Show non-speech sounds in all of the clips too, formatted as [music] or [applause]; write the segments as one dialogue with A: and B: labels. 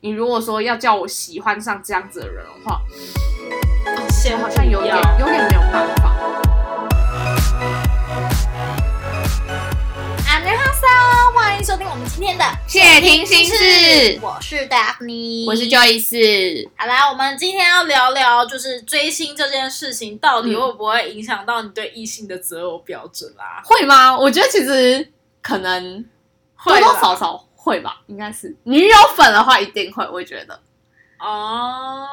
A: 你如果说要叫我喜欢上这样子的人的话，
B: 先
A: 我好像有
B: 不
A: 点
B: 要
A: 有点没有办法。
B: 안녕하세요，欢迎收听我们今天的
A: 谢听心事
B: 我是 Daphne，
A: 我是 Joyce，
B: 好啦，我们今天要聊聊，就是追星这件事情到底会不会影响到你对异性的择偶标准啦、
A: 会吗？我觉得其实可能多
B: 会
A: 多
B: 啦
A: 少少会吧，应该是女友粉的话一定会，我觉得
B: 哦、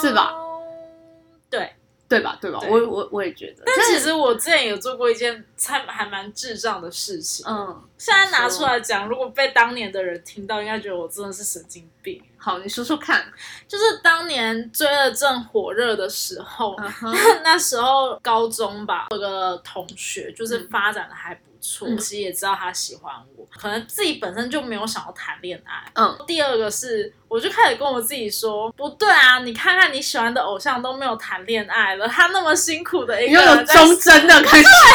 A: 是吧？
B: 对，
A: 对吧？对吧？
B: 对
A: 我我我也觉得，
B: 但其实我之前有做过一件还还蛮智障的事情，
A: 嗯，
B: 现在拿出来讲，如果被当年的人听到，应该觉得我真的是神经病。
A: 好，你说说看，
B: 就是当年追了正火热的时候，
A: 嗯哼，
B: [laughs] 那时候高中吧，有个同学就是发展的还不错，
A: 嗯
B: 其实也知道他喜欢我，可能自己本身就没有想要谈恋爱。
A: 嗯，
B: 第二个是，我就开始跟我自己说，不对啊，你看看你喜欢的偶像都没有谈恋爱了，他那么辛苦的一
A: 你
B: 个
A: 又有
B: 人在，
A: 忠
B: 你
A: 贞啊的感觉，
B: [laughs]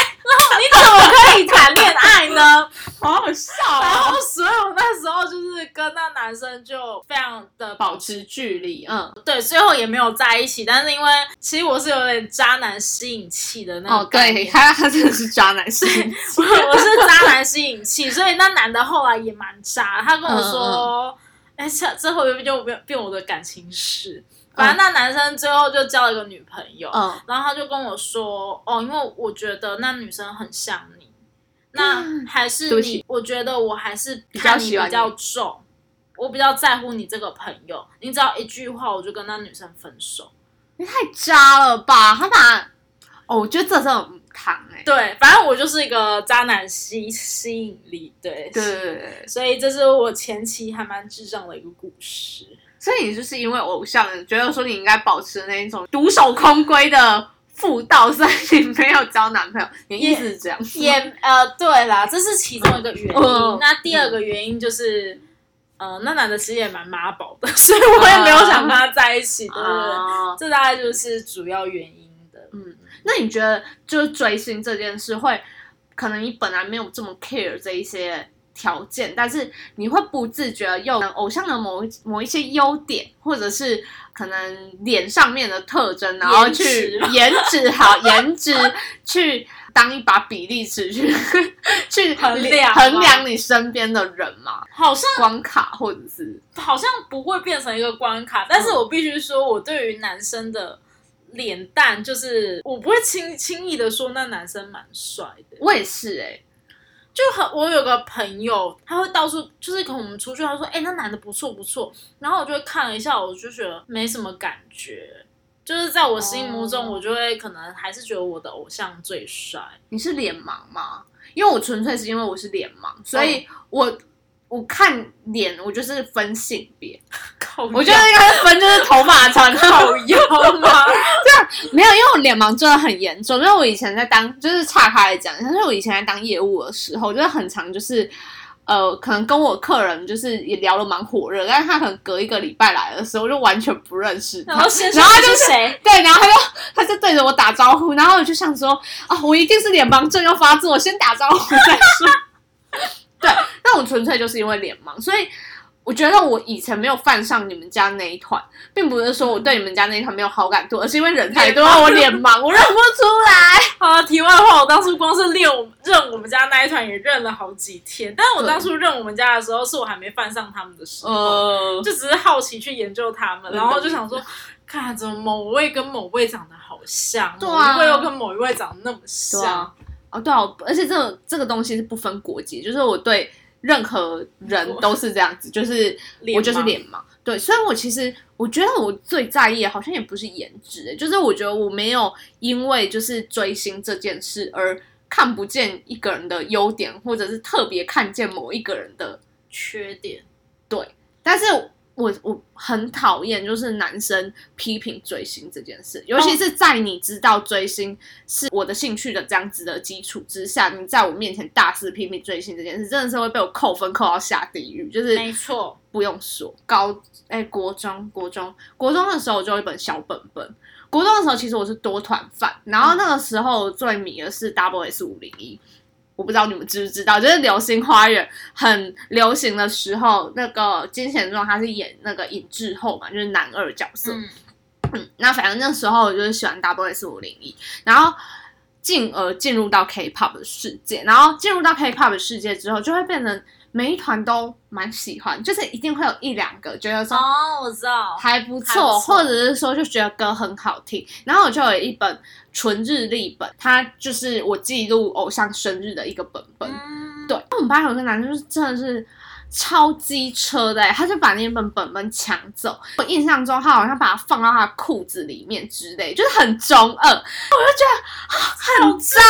B: 怎么可以谈恋爱呢？
A: [laughs] 好好笑
B: 然
A: 啊！
B: 后，所以我那时候就是跟那男生就非常的
A: 保持距离，嗯，
B: 对，最后也没有在一起，但是因为其实我是有点渣男吸引器的那种
A: 哦，对，他他真的是渣男 [laughs] 心机，
B: 我 [laughs] 我是渣男吸引器，所以那男的后来也蛮渣，他跟我
A: 嗯
B: 说，哎、这这后面就变变我的感情史。反正那男生最后就交了一个女朋友，
A: 嗯，
B: 然后他就跟我说，哦，因为我觉得那女生很像你，那
A: 嗯
B: 还是
A: 对不
B: 你
A: 起，
B: 我觉得我还是
A: 比
B: 看
A: 较
B: 你
A: 喜欢
B: 比较
A: 你
B: 重，我比较在乎你这个朋友，你只要一句话，我就跟那女生分手。
A: 你太渣了吧？他把，哦，我觉得这真的很糖哎，
B: 对，反正我就是一个渣男吸吸引力，对
A: 对对对对，
B: 所以这是我前期还蛮智障的一个故事。
A: 所以你就是因为偶像，觉得说你应该保持那一种独守空闺的妇道，所以你没有交男朋友，你的意思是这样？
B: 也呃，对啦，这是其中一个原因。
A: 嗯
B: 那第二个原因就是，呃，那男的其实也蛮妈宝的， [laughs] 所以我也没有想跟他在一起，对不对？
A: 啊，
B: 这大概就是主要原因的。
A: 嗯，那你觉得就是追星这件事会，可能你本来没有这么 care 这一些条件，但是你会不自觉地用偶像的某一某一些优点，或者是可能脸上面的特征，然后去颜值好颜值去当一把比例尺去 [laughs] 去
B: 衡量吗
A: 衡量你身边的人嘛，
B: 好像
A: 关卡或者是
B: 好像不会变成一个关卡，但是我必须说，我对于男生的脸蛋，就是我不会轻轻易的说那男生蛮帅的。
A: 我也是哎、欸，
B: 就很，我有个朋友，他会到处就是跟我们出去，他说：“哎、那男的不错不错。”然后我就会看了一下，我就觉得没什么感觉。就是在我心目中，
A: 哦
B: 我就会可能还是觉得我的偶像最帅。
A: 你是脸盲吗？因为我纯粹是因为我是脸盲，所以我、我看脸我就是分性别，
B: 靠腰，
A: 我觉得应该是分就是头发长
B: 靠腰吗？
A: [laughs]
B: [laughs]
A: 没有，因为我脸盲真的很严重，因为我以前在当就是岔开来讲，但是我以前在当业务的时候，就是很常就是。呃，可能跟我客人就是也聊得蛮火热，但是他可能隔一个礼拜来的时候，我就完全不认识他，
B: 然后先生
A: 然后他
B: 是
A: 就
B: 谁？
A: 对，然后他就他就对着我打招呼，然后我就想说啊，我一定是脸盲症又发作，我先打招呼再说。 [laughs] 对，那我纯粹就是因为脸盲，所以我觉得我以前没有犯上你们家那一团，并不是说我对你们家那一团没有好感度，而是因为人太多，我脸盲，我认不出来。
B: 好啊，题外话，我当初光是练我们认我们家那一团也认了好几天，但是我
A: 对
B: 当初认我们家的时候，是我还没犯上他们的时候。
A: [laughs] 呃，
B: 就只是好奇去研究他们，
A: 嗯
B: 然后就想说，看啊怎么某位跟某位长得好像，
A: 对啊
B: 某一位又跟某一位长得那么
A: 对
B: 像
A: 啊，，哦对啊，而且这个这个东西是不分国籍，就是我对任何人都是这样子，就是
B: 嗯脸盲
A: 我就是脸盲。对，所以我其实我觉得我最在意的好像也不是颜值、欸就是我觉得我没有因为就是追星这件事而看不见一个人的优点，或者是特别看见某一个人的
B: 缺点。
A: 但是我我很讨厌就是男生批评追星这件事，尤其是在你知道追星是我的兴趣的这样子的基础之下，你在我面前大肆批评追星这件事，真的是会被我扣分扣到下地狱，就是
B: 没错，
A: 不用说，高哎、国中国中国中的时候我就有一本小本本。国中的时候，其实我是多团饭，然后那个时候最迷的是 Double S 五零一，我不知道你们知不知道，就是《流星花园》很流行的时候，那个金贤重他是演那个尹志厚嘛，就是男二角色。
B: 嗯，
A: 嗯，那反正那时候我就是喜欢 W S 五零一，然后进而进入到 K-pop 的世界，然后进入到 K-pop 的世界之后，就会变成每一团都蛮喜欢，就是一定会有一两个觉得说
B: 哦，我知道，
A: 还不
B: 还不
A: 错，
B: 错
A: 或者是说就觉得歌很好听。然后我就有一本纯日历本，它就是我记录偶像生日的一个本本。
B: 嗯，
A: 对，我们班有一个男生就是真的是超机车的欸，他就把那本本本抢走。我印象中他好像把它放到他的裤子里面之类，就是很中二。我就觉得、啊、
B: 哦，
A: 很脏，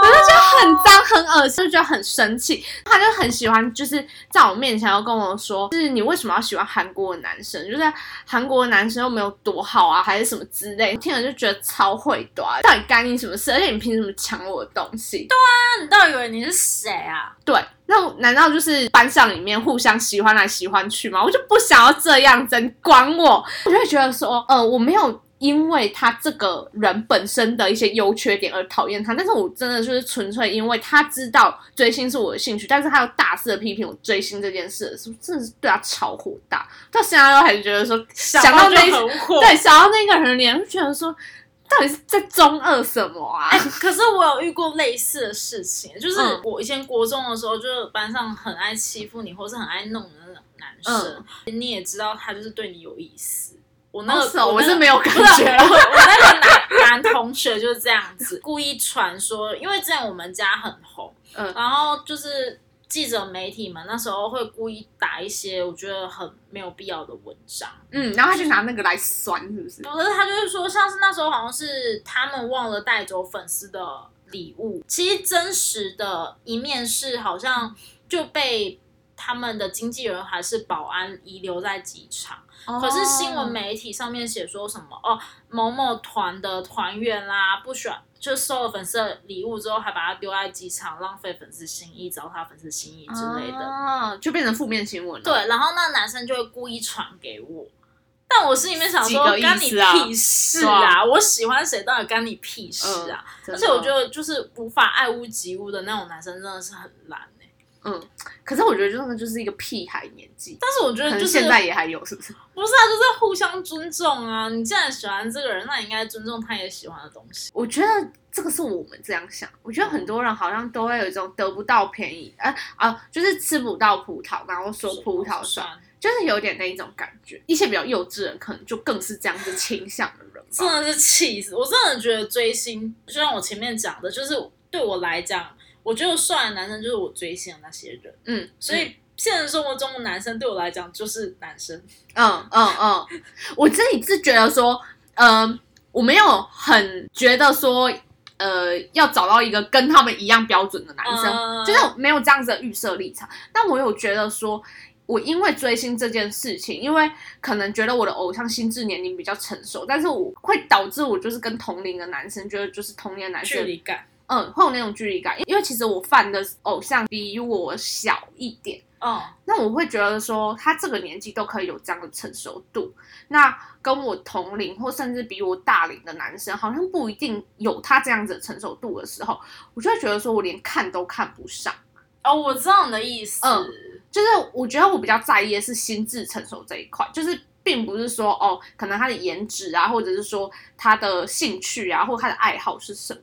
A: 我就觉得很脏很恶心，就觉得很生气。他就很喜欢，就是在我面前要跟我说，就是你为什么要喜欢韩国的男生？就是韩国的男生又没有多好啊，还是什么之类。听了就觉得超会短，到底干你什么事？而且你凭什么抢我的东西？
B: 那你到底以为你是谁啊？
A: 对，那我难道就是班上里面互相喜欢来喜欢去吗？我就不想要这样子，你管我，我就会觉得说，呃，我没有因为他这个人本身的一些优缺点而讨厌他，但是我真的就是纯粹因为他知道追星是我的兴趣，但是他又大肆的批评我追星这件事的时候，真的是对他超火大，到现在都还是觉得说，想到
B: 就
A: 那一
B: 很火。
A: 对想到那个人脸，就觉得说，到底是在中二什么啊？
B: 可是我有遇过类似的事情，就是
A: 嗯
B: 我以前国中的时候，就是班上很爱欺负你，或是很爱弄你的那种男生，你也知道他就是对你有意思。我那个、
A: 嗯哦是哦
B: 我
A: 我
B: 那个
A: 是没有感
B: 不是
A: 觉
B: [laughs] 我我那个男男同学就是这样子， [laughs] 故意传说，因为之前我们家很红，
A: 嗯
B: 然后就是记者媒体们那时候会故意打一些我觉得很没有必要的文章。
A: 嗯，然后他就拿那个来酸，是不是？
B: 不是，他就是说，像是那时候好像是他们忘了带走粉丝的礼物。其实真实的一面是，好像就被他们的经纪人还是保安遗留在机场。可是新闻
A: 没。
B: 媒体上面写说什么哦，某某团的团员啦，不喜欢就收了粉丝的礼物之后，还把它丢在机场，浪费粉丝心意，糟蹋粉丝心意之类的。
A: 哦、就变成负面新闻了。
B: 对，然后那男生就会故意传给我，但我心里面想
A: 几
B: 说，
A: 个意
B: 干你
A: 思啊
B: 屁事
A: 对
B: 啊！
A: 啊嗯
B: 我喜欢谁到底干你屁事啊！
A: 真的，
B: 而且我觉得就是无法爱屋及乌的那种男生真的是很烂哎、
A: 嗯可是我觉得真的就是一个屁孩年纪，
B: 但是我觉
A: 可
B: 得
A: 能
B: 就是
A: 现在也还有，是不是？
B: 不是啊，就是互相尊重啊！你既然喜欢这个人，那你应该尊重他也喜欢的东西。
A: 我觉得这个是我们这样想，我觉得很多人好像都会有一种得不到便宜，呃啊，就是吃不到葡萄，然后说葡萄酸，
B: 酸，
A: 就是有点那一种感觉。一些比较幼稚的人可能就更是这样子倾向的人
B: 真
A: 吧。
B: 的是气死！我真的觉得追星，就像我前面讲的，就是对我来讲，我觉得帅的男生就是我追星的那些人。
A: 嗯，
B: 所以现实生活中的男生对我来讲就是男生，
A: 嗯嗯嗯，我自己是觉得说，呃，我没有很觉得说，呃，要找到一个跟他们一样标准的男生，
B: 嗯
A: 就是没有这样子的预设立场。但我有觉得说，我因为追星这件事情，因为可能觉得我的偶像心智年龄比较成熟，但是我会导致我就是跟同龄的男生，觉得就是同龄的男
B: 距
A: 生
B: 离感。
A: 嗯，会有那种距离感，因为其实我犯的偶像比我小一点。
B: 哦，
A: 那我会觉得说，他这个年纪都可以有这样的成熟度，那跟我同龄或甚至比我大龄的男生，好像不一定有他这样子的成熟度的时候，我就会觉得说我连看都看不上。
B: 哦，我知道你的意思。
A: 嗯就是我觉得我比较在意的是心智成熟这一块，就是并不是说哦，可能他的颜值啊，或者是说他的兴趣啊，或他的爱好是什么。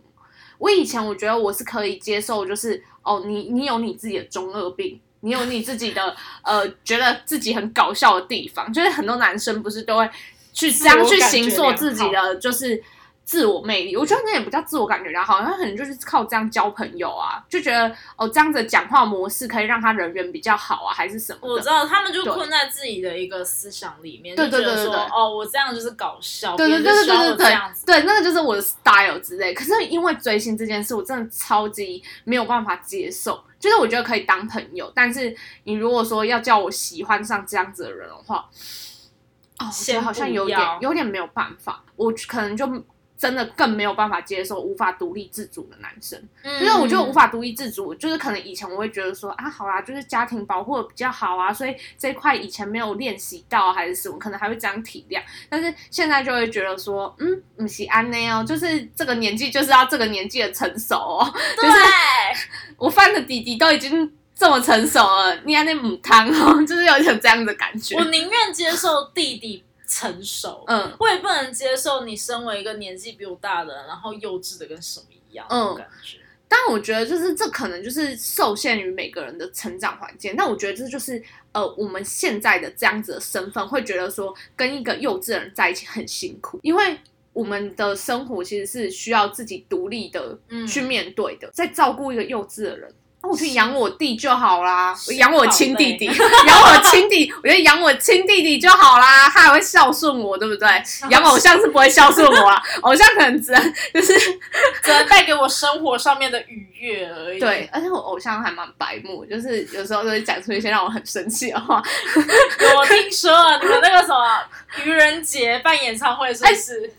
A: 我以前我觉得我是可以接受，就是哦，你你有你自己的中二病，你有你自己的呃，觉得自己很搞笑的地方，就是很多男生不是都会去这样
B: 自我
A: 去
B: 感觉
A: 形塑
B: 良
A: 自己
B: 好
A: 的呃就是自我魅力。我觉得那也不叫自我感觉良好，他可能就是靠这样交朋友啊，就觉得哦这样子的讲话模式可以让他人缘比较好啊，还是什么
B: 我知
A: 的。
B: 道他们就
A: 对
B: 困在自己的一个思想里面，
A: 对
B: 就觉得
A: 对对对
B: 说
A: 对
B: 哦，我这样就是搞笑，
A: 对对
B: 别
A: 对对
B: 人就喜欢
A: 对对
B: 我这
A: 对
B: 样子。
A: 对，那个就是我的 style 之类。可是因为追星这件事，我真的超级没有办法接受。就是我觉得可以当朋友，但是你如果说要叫我喜欢上这样子的人的话，哦，我觉
B: 先
A: 得好像
B: 不
A: 有点
B: 要
A: 有点没有办法。我可能就真的更没有办法接受无法独立自主的男生，
B: 嗯
A: 因为我觉得无法独立自主，就是可能以前我会觉得说啊，好啦，就是家庭保护的比较好啊，所以这一块以前没有练习到啊还是什么，可能还会这样体谅。但是现在就会觉得说，嗯，不是安内哦，就是这个年纪就是要这个年纪的成熟哦， [laughs]
B: 对、
A: 我犯的弟弟都已经这么成熟了，你安内母汤哦， [laughs] 就是有点这样的感觉
B: 我。宁愿接受弟弟成熟，
A: 嗯，
B: 我也不能接受你身为一个年纪比我大的人，然后幼稚的跟什么一样，
A: 嗯
B: 那种感觉。
A: 但我觉得就是这可能就是受限于每个人的成长环境，但我觉得这就是呃我们现在的这样子的身份，会觉得说跟一个幼稚的人在一起很辛苦，因为我们的生活其实是需要自己独立的
B: 嗯
A: 去面对的，在照顾一个幼稚的人。啊那我去养我弟就好啦，我养我亲弟弟，养我亲弟，我觉得养我亲弟弟就好啦，他还会孝顺我，对不对？养偶像是不会孝顺我啦，偶像可能只能就是
B: 只能带给我生活上面的愉悦而已。
A: 对，，而且我偶像还蛮白目，就是有时候就会讲出一些让我很生气 [laughs] 的话。
B: 有我听说啊，你们那个什么愚人节办演唱会是不是？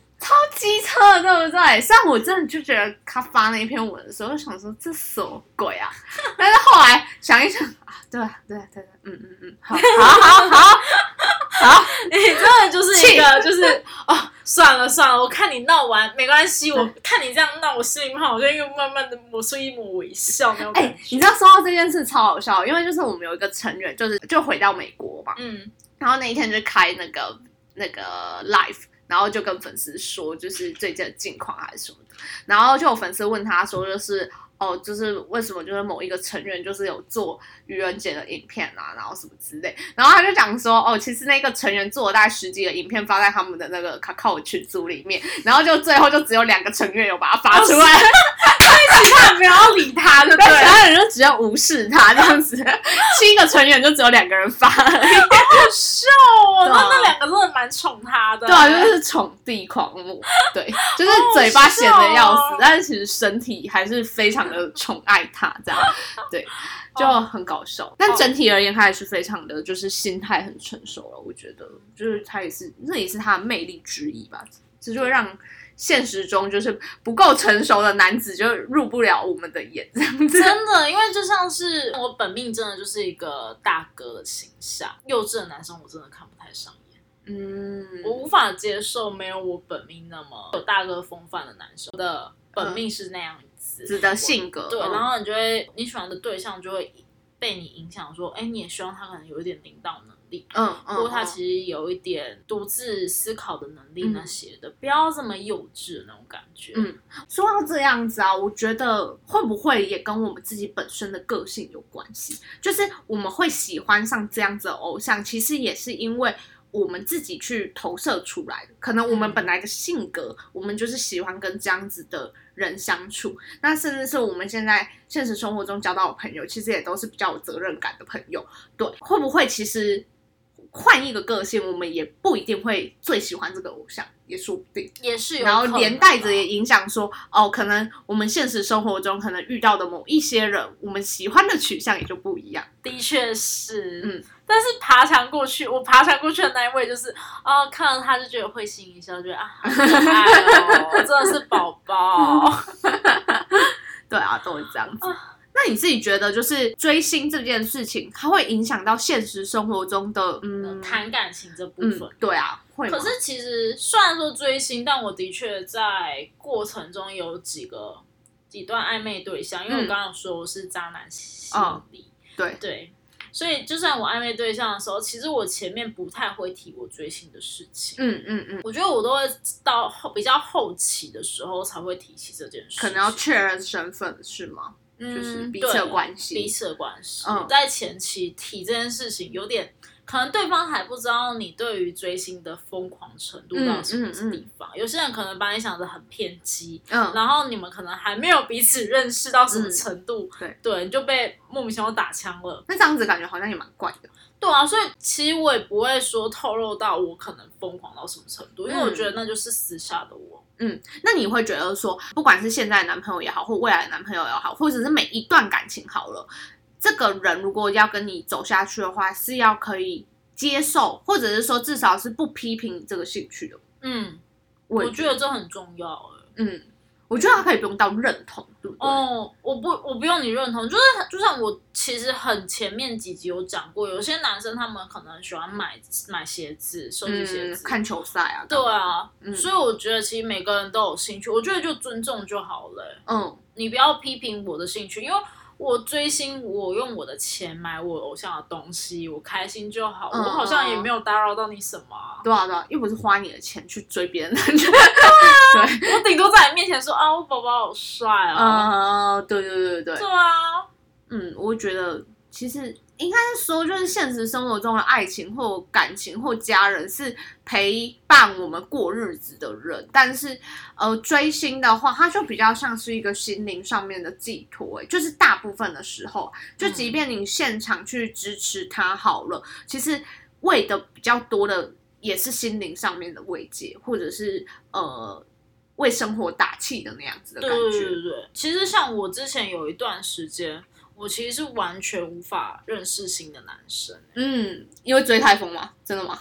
A: 机车对不对？虽然我真的就觉得他发那篇文的时候，我想说这什么鬼 [laughs] 啊？但是后来想一想啊，对啊对啊对啊，嗯嗯嗯， [laughs] 好，好，好，好，
B: 哎你真的就是一个就是哦，算了算了，我看你闹完没关系，我看你这样闹，我心里面好像又慢慢的抹出一抹微笑那种
A: 哎、
B: 感觉。
A: 你知道说到这件事超好笑，因为就是我们有一个成员，就是就回到美国嘛，
B: 嗯， [laughs]
A: 然后那一天就开那个那个 live，然后就跟粉丝说，就是最近的近况还是什么的。然后就有粉丝问他说，就是哦，就是为什么就是某一个成员就是有做愚人节的影片啊，然后什么之类。然后他就讲说，哦，其实那个成员做了大概十几个影片发在他们的那个 Kakao 群组里面，然后就最后就只有两个成员有把它发出来。
B: 其他人不要理他，对不
A: 但
B: 对
A: 其？他人就只要无视他这样子，七个成员就只有两个人发而已
B: 好笑哦，
A: 对啊
B: 那那两个真的蛮宠他的。
A: 对啊，就是宠弟狂魔，对，就是嘴巴闲的要
B: 好好笑
A: 死
B: 哦，
A: 但是其实身体还是非常的宠爱他，这样，对，就
B: 哦
A: 很搞笑。但整体而言，他还是非常的，就是心态很成熟了。我觉得，就是他也是，这也是他的魅力之一吧，这就会让现实中就是不够成熟的男子就入不了我们的眼，这样 [laughs] 子。
B: 真的，因为就像是我本命真的就是一个大哥的形象，幼稚的男生我真的看不太上眼，
A: 嗯，
B: 我无法接受没有我本命那么有大哥风范的男生我的本命是那样子。
A: 子的性格，
B: 对，
A: 嗯
B: 然后你就会你喜欢的对象就会被你影响，说，哎，你也希望他可能有一点领导能力。
A: 嗯，嗯，
B: 或他
A: 嗯
B: 其实有一点独自思考的能力
A: 嗯
B: 那些的，不要这么幼稚那种感觉。
A: 嗯说到这样子啊，我觉得会不会也跟我们自己本身的个性有关系？就是我们会喜欢上这样子的偶像，其实也是因为我们自己去投射出来的。可能我们
B: 嗯
A: 本来的性格，我们就是喜欢跟这样子的人相处。那甚至是我们现在现实生活中交到的朋友，其实也都是比较有责任感的朋友。对，会不会其实换一个个性，我们也不一定会最喜欢这个偶像，也说不定。
B: 也是有可
A: 然
B: 能
A: 后
B: 啊，
A: 连带着也影响说，哦，可能我们现实生活中可能遇到的某一些人，我们喜欢的取向也就不一样。
B: 的确是，
A: 嗯，
B: 但是爬墙过去，我爬墙过去的那一位就是，哦，看到他就觉得会心一笑，觉得啊，好可爱 [laughs] 哦，真的是宝宝。
A: 对啊，都是这样子。那你自己觉得，就是追星这件事情，它会影响到现实生活中的嗯
B: 谈感情这部分
A: 嗯，，对啊，会吗。
B: 可是其实虽然说追星，但我的确在过程中有几个几段暧昧对象，因
A: 嗯
B: 为我刚刚有说我是渣男心理，
A: 对
B: 哦对，所以就算我暧昧对象的时候，其实我前面不太会提我追星的事情。
A: 嗯嗯嗯，
B: 我觉得我都会到后比较后期的时候才会提起这件事情，
A: 可能要确认身份是吗？
B: 嗯
A: 就是彼此的
B: 对
A: 关系
B: 彼此的关系。
A: 嗯
B: 在前期提这件事情，有点可能对方还不知道你对于追星的疯狂程度到什么地方。有些人可能把你想的很偏激，
A: 嗯，
B: 然后你们可能还没有彼此认识到什么程度，
A: 嗯
B: 对，你就被莫名其妙打枪了。
A: 那这样子感觉好像也蛮怪的。
B: 对啊，所以其实我也不会说透露到我可能疯狂到什么程度，因为我
A: 嗯
B: 觉得那就是私下的我。
A: 嗯，那你会觉得说，不管是现在的男朋友也好，或未来的男朋友也好，或者是每一段感情好了，这个人如果要跟你走下去的话，是要可以接受，或者是说至少是不批评你这个兴趣的。
B: 嗯，
A: 我
B: 我
A: 也
B: 觉得这很重要欸
A: 嗯，我觉得他可以不用到认同，对不对？
B: 哦，我不我不用你认同，就是就像我其实很前面几集有讲过，有些男生他们可能喜欢买买鞋子、收集鞋
A: 嗯，
B: 子，
A: 看球赛啊，
B: 对啊，
A: 嗯
B: 所以我觉得其实每个人都有兴趣，我觉得就尊重就好了欸、
A: 嗯
B: 你不要批评我的兴趣，因为我追星，我用我的钱买我偶像的东西，我开心就好，
A: 嗯
B: 我好像也没有打扰到你什么啊、
A: 对啊对啊，又不是花你的钱去追别
B: [laughs]
A: 人的人，
B: 哦我顶多在你面前说啊，我宝宝好帅哦，
A: 呃，对对对对
B: 对
A: 对，
B: 啊，
A: 嗯，我觉得其实应该是说，就是现实生活中的爱情或感情或家人是陪伴我们过日子的人，但是呃，追星的话，它就比较像是一个心灵上面的寄托、欸，就是大部分的时候，就
B: 嗯
A: 即便你现场去支持他好了，其实为的比较多的也是心灵上面的慰藉，或者是呃。为生活打气的那样子的感
B: 对
A: 觉，
B: 对对对，其实像我之前有一段时间，我其实是完全无法认识新的男生。
A: 嗯，因为追台风嘛，真的吗？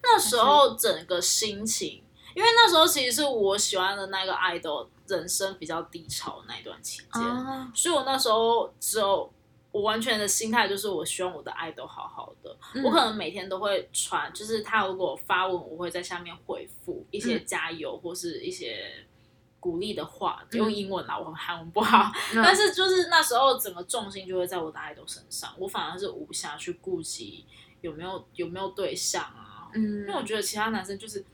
B: 那时
A: 嗯
B: 候整个心情，因为那时候其实是我喜欢的那个 idol 人生比较低潮那一段期间，
A: 啊，
B: 所以我那时候只有我完全的心态就是我希望我的 idol 好好的，
A: 嗯
B: 我可能每天都会传，就是他如果发文，我会在下面回复一
A: 嗯
B: 些加油或是一些鼓励的话，
A: 嗯
B: 用英文啦，我韩文不好，
A: 嗯
B: [laughs] 但是就是那时候整个重心就会在我的 idol 身上，我反而是无暇去顾及有没有有没有对象啊，
A: 嗯
B: 因为我觉得其他男生就是，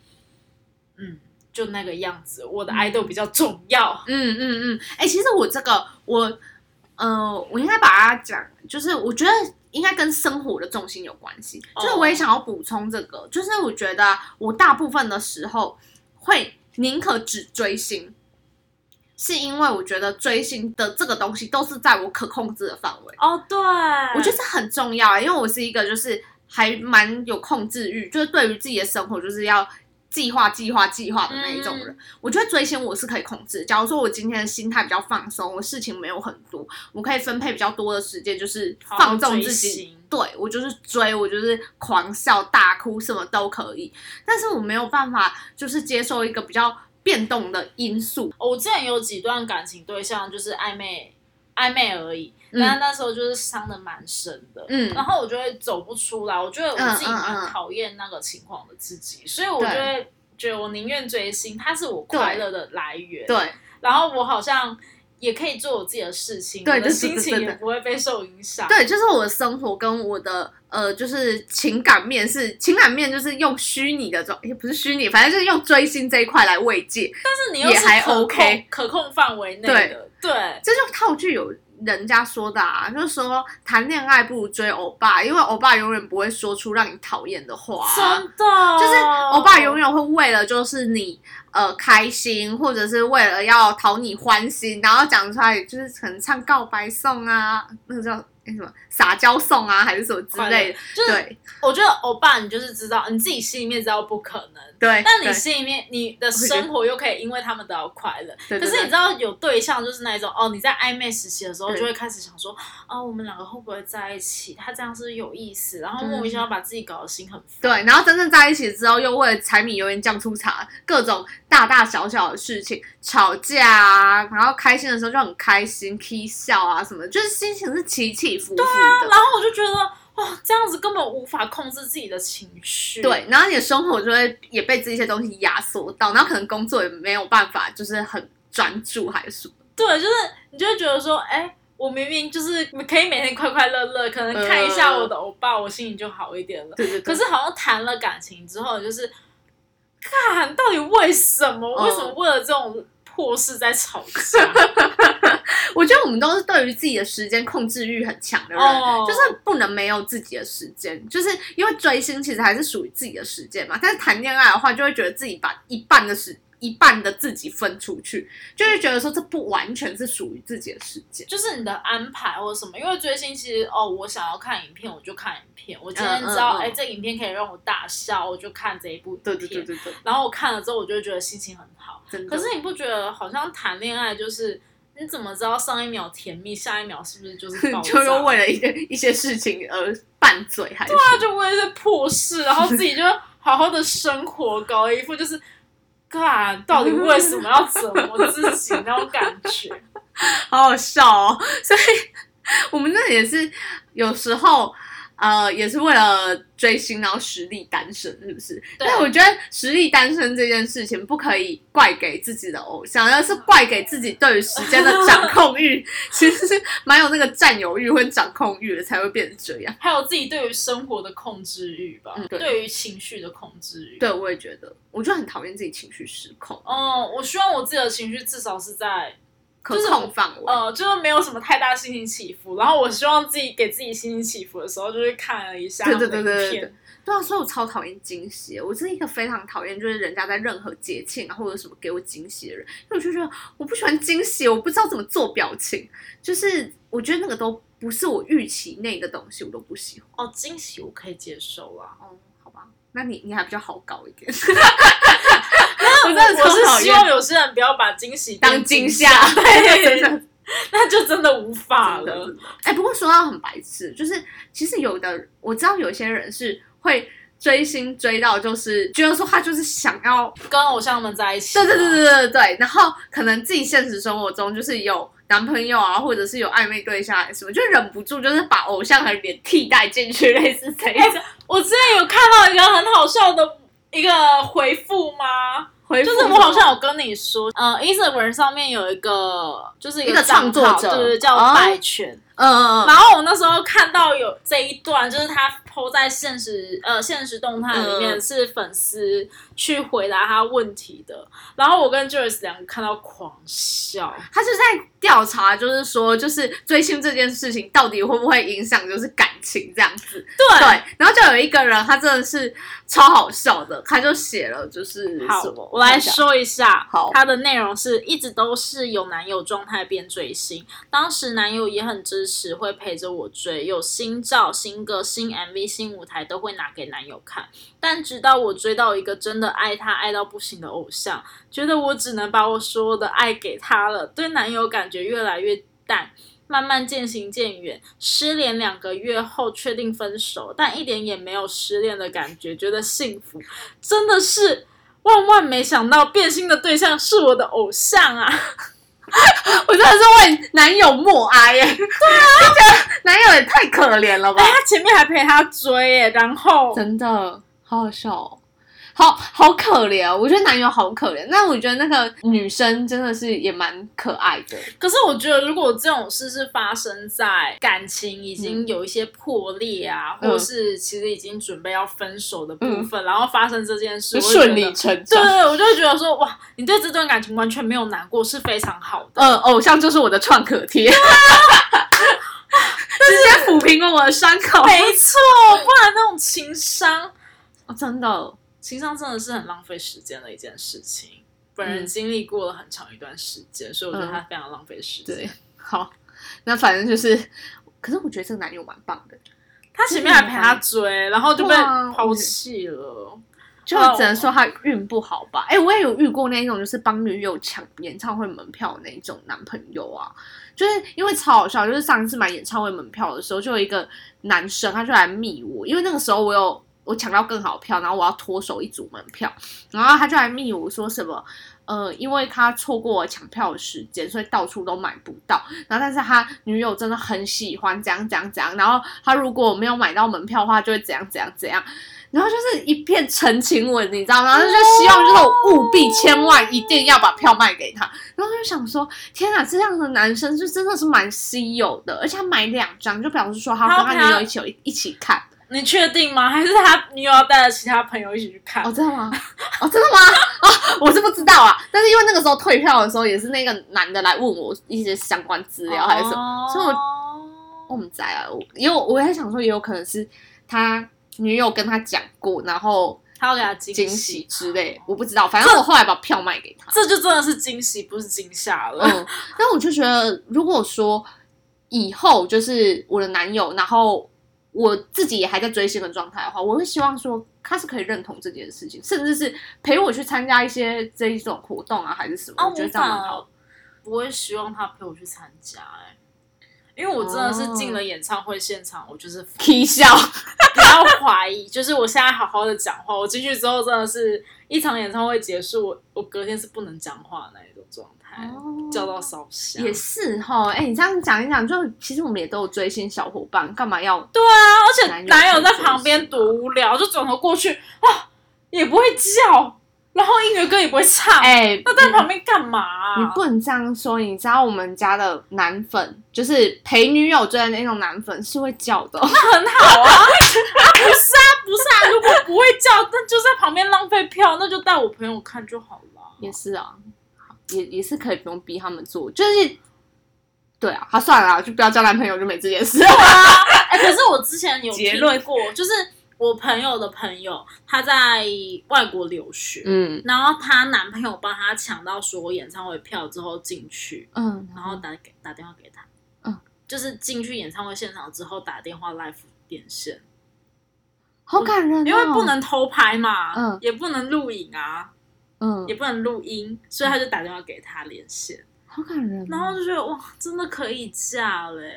B: 嗯，就那个样子，我的 idol 比较重要，
A: 嗯嗯嗯，哎、其实我这个我，呃，我应该把它讲，就是我觉得应该跟生活的重心有关系。
B: 哦
A: 就是我也想要补充这个，就是我觉得我大部分的时候会宁可只追星，是因为我觉得追星的这个东西都是在我可控制的范围。
B: 哦，对，
A: 我觉得这很重要、啊，因为我是一个就是还蛮有控制欲，就是对于自己的生活就是要计划、计划、计划的那一种人。
B: 嗯
A: 我觉得追星我是可以控制。假如说我今天的心态比较放松，我事情没有很多，我可以分配比较多的时间，就是
B: 好好
A: 放纵自
B: 追
A: 己
B: 星。
A: 对我就是追，我就是狂笑、大哭，什么都可以。但是我没有办法，就是接受一个比较变动的因素。
B: 哦我之前有几段感情对象就是暧昧暧昧而已，
A: 嗯
B: 但是那时候就是伤的蛮深的。
A: 嗯
B: 然后我就会走不出来，我觉得我自己
A: 嗯嗯
B: 蛮
A: 嗯
B: 讨厌那个情况的自己，所以我就
A: 对
B: 会觉得我宁愿追星，它是我快乐的来源。，
A: 对，
B: 然后我好像也可以做我自己的事情，
A: 对
B: 我的
A: 对对
B: 心
A: 对
B: 情
A: 对
B: 也
A: 对
B: 不会被受影响。
A: 对，就是我的生活跟我的呃，就是情感面是情感面，就是用虚拟的状，也不是虚拟，反正就是用追星这一块来慰藉。
B: 但是你又
A: 也
B: 是
A: 还
B: 可控
A: OK
B: 可控范围内的，对，
A: 这就套句有人家说的啊，就是说谈恋爱不如追欧巴，因为欧巴永远不会说出让你讨厌的话啊、
B: 真的
A: 就是欧巴永远会为了就是你呃开心，或者是为了要讨你欢心，然后讲出来就是可能唱告白颂啊，那个叫那什么撒娇颂啊，还是什么之
B: 快乐
A: 类的。
B: 就是
A: 对
B: 我觉得欧巴，你就是知道你自己心里面知道不可能，
A: 对，
B: 但你
A: 对
B: 心里面你的生活又可以因为他们得到快乐。
A: 对对
B: 可是
A: 对
B: 你知道有对象就是那一种哦，你在暧昧时期的时候
A: 对
B: 就会开始想说啊、我们两个会不会在一起？他这样是不是有意思，然后莫名其妙把自己搞得心很
A: 对
B: 烦。，
A: 然后真正在一起之后，又为了柴米油盐酱醋茶各种大大小小的事情吵架啊，然后开心的时候就很开心，k 笑啊什么的，就是心情是起起伏伏的。
B: 然后我就觉得哇，这样子根本无法控制自己的情绪。
A: 对，然后你的生活就会也被这些东西压缩到，然后可能工作也没有办法，就是很专注还是什么。
B: 对，就是你就会觉得说，哎、我明明就是可以每天快快乐乐，可能看一
A: 呃
B: 下我的欧巴，我心情就好一点了。
A: 对对
B: 可是好像谈了感情之后，就是，看到底为什么？
A: 嗯
B: 为什么为了这种破事在吵架？
A: [laughs] 我觉得我们都是对于自己的时间控制欲很强的人
B: 哦 [laughs]
A: 就是不能没有自己的时间，就是因为追星其实还是属于自己的时间嘛。但是谈恋爱的话，就会觉得自己把一半的时一半的自己分出去，就会觉得说这不完全是属于自己的时间。
B: 就是你的安排或者什么？因为追星其实哦，我想要看影片，我就看影片。我今天知道，
A: 嗯嗯嗯
B: 哎、这影片可以让我大笑，我就看这一部影片。
A: 对对对对对，
B: 然后我看了之后，我就会觉得心情很好。
A: 真的。
B: 可是你不觉得好像谈恋爱就是你怎么知道上一秒甜蜜，下一秒是不是就
A: [laughs]
B: 是爆炸？
A: 就又为了一些一些事情而拌嘴，还是
B: 他就为了这破事，然后自己就好好的生活，搞了一副就是。看到底为什么要折磨自己那种感觉。
A: 好好笑哦。 [laughs] 所以我们这也是有时候。呃，也是为了追星，然后实力单身，是不是？
B: 对
A: 但我觉得实力单身这件事情不可以怪给自己的偶像，而是怪给自己对于时间的掌控欲， [laughs] 其实是蛮有那个占有欲或掌控欲的，才会变成这样。
B: 还有自己对于生活的控制欲吧，
A: 嗯对
B: 对于情绪的控制欲。
A: 对，我也觉得，我就很讨厌自己情绪失控，
B: 嗯，我希望我自己的情绪至少是在
A: 可
B: 就是
A: 控范围。
B: 呃，就是没有什么太大心情起伏。然后我希望自己给自己心情起伏的时候，就是看了一下
A: 对对
B: 他们
A: 对
B: 的
A: 对
B: 影
A: 对
B: 片
A: 对，对啊！所以我超讨厌惊喜，我是一个非常讨厌就是人家在任何节庆啊或者什么给我惊喜的人，因为我就觉得我不喜欢惊喜，我不知道怎么做表情，就是我觉得那个都不是我预期内的东西，我都不喜欢。
B: 哦，惊喜我可以接受啊啦。
A: 哦，好吧，那你你还比较好搞一点。我真的
B: 我
A: 超
B: 是
A: 讨
B: 希
A: 厌
B: 望有些人不要把惊喜变
A: 当惊吓 [laughs]
B: 吓，， [laughs]
A: 对，真的
B: 对， [laughs] 那就真的无法
A: 真的
B: 了。。
A: 哎、不过说到很白痴，就是其实有的我知道有些人是会追星追到，就是觉得说他就是想要，
B: 跟偶像们在一起，
A: 对对对，对对对，然后可能自己现实生活中就是有男朋友啊，或者是有暧昧对象啊什么，就忍不住就是把偶像的脸替代进去， [laughs] 类似这一种
B: 我之前有看到一个很好笑的一个回复吗？
A: 回复
B: 就
A: 吗。
B: 是我好像有跟你说，呃，Instagram 上面有一个就是
A: 一个创作
B: 账号
A: 者
B: 对对，对叫
A: 哦
B: 拜犬。
A: 嗯嗯嗯
B: 然后我那时候看到有这一段，就是他 PO 在现实呃现实动态里面，
A: 嗯
B: 是粉丝去回答他问题的。然后我跟 Joyce 两个看到狂笑，
A: 他就在调查，就是说，就是追星这件事情到底会不会影响就是感情这样子。
B: 对
A: 对，然后就有一个人，他真的是超好笑的，他就写了就是
B: 好
A: 什么，，
B: 我来说一下，
A: 好
B: 它的内容是一直都是有男友状态变追星，当时男友也很支持，会陪着我追，有新照、新歌、新 MV、新舞台都会拿给男友看。但直到我追到一个真的爱他爱到不行的偶像，觉得我只能把我所有的爱给他了，对男友感觉越来越淡。慢慢渐行渐远，失联两个月后确定分手，但一点也没有失恋的感觉，觉得幸福，真的是万万没想到变心的对象是我的偶像啊！
A: 我真的是为男友默哀耶。对 [laughs] 啊，就觉得男友也太可怜了吧
B: 哎，，他前面还陪他追耶，然后
A: 真的好好笑哦。好好可怜、哦，我觉得男友好可怜。但我觉得那个女生真的是也蛮可爱的，
B: 可是我觉得如果这种事是发生在感情已经有一些破裂啊，
A: 嗯
B: 或者是其实已经准备要分手的部分，然后发生这件事，
A: 就
B: 我会觉得
A: 顺理。成
B: 对
A: 章。
B: 对，对我就会觉得说，哇，你对这段感情完全没有难过，是非常好的。
A: 呃，偶像就是我的创可贴，直接抚平了我的伤口。
B: 没错，不然那种情商，
A: 哦真的，
B: 情商真的是很浪费时间的一件事情。本
A: 嗯
B: 人经历过了很长一段时间，所以我觉得他非常浪费时间。
A: 对，好，那反正就是，可是我觉得这个男友蛮棒的，
B: 他前面还陪他追，然后就被
A: 对啊
B: 抛弃了。
A: 就只能说他运不好吧。哎、我也有遇过那种就是帮女友抢演唱会门票的那种男朋友啊，就是因为超好笑，就是上一次买演唱会门票的时候，就有一个男生他就来密我，因为那个时候我有。我抢到更好的票，然后我要脱手一组门票，然后他就来密我说什么，呃，因为他错过我抢票的时间，所以到处都买不到。然后，但是他女友真的很喜欢怎样怎样怎样。然后他如果没有买到门票的话，就会怎样怎样怎样。然后就是一片陈情文，你知道吗？然后就希望就是我务必千万一定要把票卖给他。然后我就想说，天啊，这样的男生就真的是蛮稀有的，而且他买两张就表示说他要跟
B: 他要
A: 他
B: 陪
A: 女友
B: 他
A: 一起有一一起看。
B: 你确定吗？还是他女友要带着其他朋友一起去看？
A: 哦，真的吗？ [laughs] 哦，真的吗？哦，我是不知道啊。但是因为那个时候退票的时候，也是那个男的来问我一些相关资料还是什么，
B: 么
A: 所以我们在啊，我也有我在想说，也有可能是他女友跟他讲过，然后
B: 他要给他惊
A: 惊喜之类，我不知道。反正我后来把票卖给他。
B: 这就真的是惊喜，不是惊吓了。
A: [laughs] 嗯，但我就觉得，如果说以后就是我的男友，然后我自己也还在追星的状态的话，我会希望说他是可以认同这件事情，甚至是陪我去参加一些这一种活动啊，还是什么，
B: 啊，
A: 我觉得
B: 我
A: 这样
B: 反
A: 蛮好
B: 而
A: 的。
B: 不会希望他陪我去参加、欸，哎，因为我真的是进
A: 哦
B: 了演唱会现场，我就是
A: 啼笑，
B: 不要怀疑，就是我现在好好的讲话，我进去之后真的是一场演唱会结束，我我隔天是不能讲话的那一种状态，叫到烧香。
A: 哦也是哈。哎、你这样讲一讲，就其实我们也都有追星小伙伴，干嘛要
B: 对啊，而且男
A: 男
B: 友
A: 友
B: 在旁边多无聊，就转头过去啊，也不会叫，然后英语歌也不会唱，
A: 哎？
B: 啊那在旁边干嘛、啊
A: 你不啊能这样说，你知道我们家的男粉就是陪女友追的那种男粉是会叫的，哦
B: 很好啊？啊，不是啊，不是啊，如果不会叫，那就在旁边浪费票，那就带我朋友看就好了。
A: 也是啊，也也是可以不用逼他们做，就是对啊，好算了啊，就不要交男朋友，就没这件事。 [laughs]
B: 哎、可是我之前有
A: 结
B: 听
A: 论
B: 过，就是我朋友的朋友，她在外国留学，
A: 嗯
B: 然后她男朋友帮她抢到所有演唱会票之后进去，
A: 嗯，
B: 然后打给打电话给她，
A: 嗯，
B: 就是进去演唱会现场之后打电话 live 连线，
A: 好感人、哦，
B: 因为不能偷拍嘛，
A: 嗯
B: 也不能录影啊，
A: 嗯
B: 也，不能录音，所以她就打电话给她连线，
A: 好感人哦、
B: 然后就觉得哇，真的可以嫁欸嘞，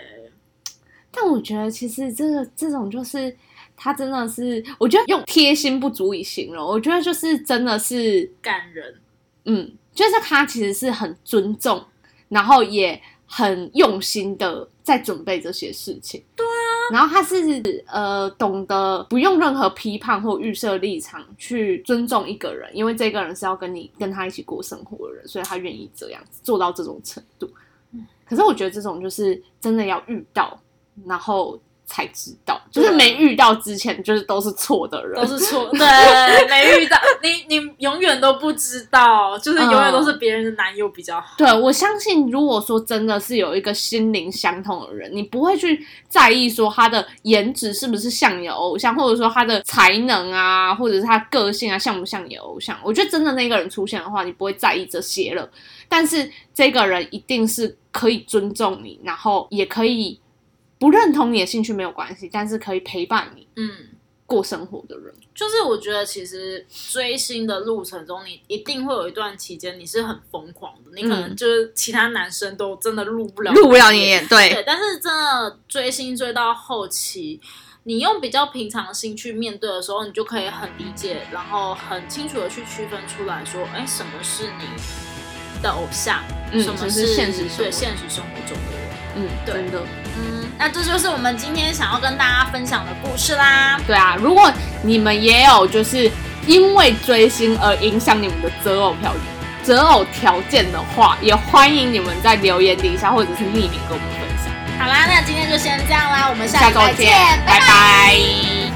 A: 但我觉得其实这个这种就是他真的是，我觉得用贴心不足以形容，我觉得就是真的是，
B: 感人，
A: 嗯，就是他其实是很尊重，然后也很用心的在准备这些事情。对啊，然后他是呃懂得不用任何批判或预设立场去尊重一个人，因为这个人是要跟你跟他一起过生活的人，所以他愿意这样子做到这种程度
B: 嗯。
A: 可是我觉得这种就是真的要遇到，然后才知道，就
B: 对啊
A: 是没遇到之前就是都是错的人，
B: 都是错，对，没遇到你，你永远都不知道，就是永远都是别人的男友比较好。
A: 对，我相信，如果说真的是有一个心灵相通的人，你不会去在意说他的颜值是不是像你的偶像，或者说他的才能啊，或者是他个性啊，像不像你的偶像。我觉得真的那个人出现的话，你不会在意这些了。但是这个人一定是可以尊重你，然后也可以不认同你的兴趣没有关系，但是可以陪伴你
B: 嗯，
A: 过生活的人。
B: 就是我觉得其实追星的路程中，你一定会有一段期间你是很疯狂的，你可能就是其他男生都真的嗯入不了，
A: 眼，对，
B: 对，但是真的追星追到后期，你用比较平常心去面对的时候，你就可以很理解，然后很清楚的去区分出来说，哎，什么是你的偶像，
A: 嗯
B: 什么
A: 就是现实生活
B: 对现实生活中的人。
A: 嗯，
B: 对
A: 真的。
B: 嗯，那这就是我们今天想要跟大家分享的故事啦。
A: 对啊，如果你们也有就是因为追星而影响你们的择偶条择偶条件的话，也欢迎你们在留言底下或者是匿名跟我们分享。
B: 好啦，那今天就先这样啦，我们下
A: 下
B: 礼
A: 周
B: 拜
A: 见，
B: 见，
A: 拜
B: 拜
A: 拜
B: 拜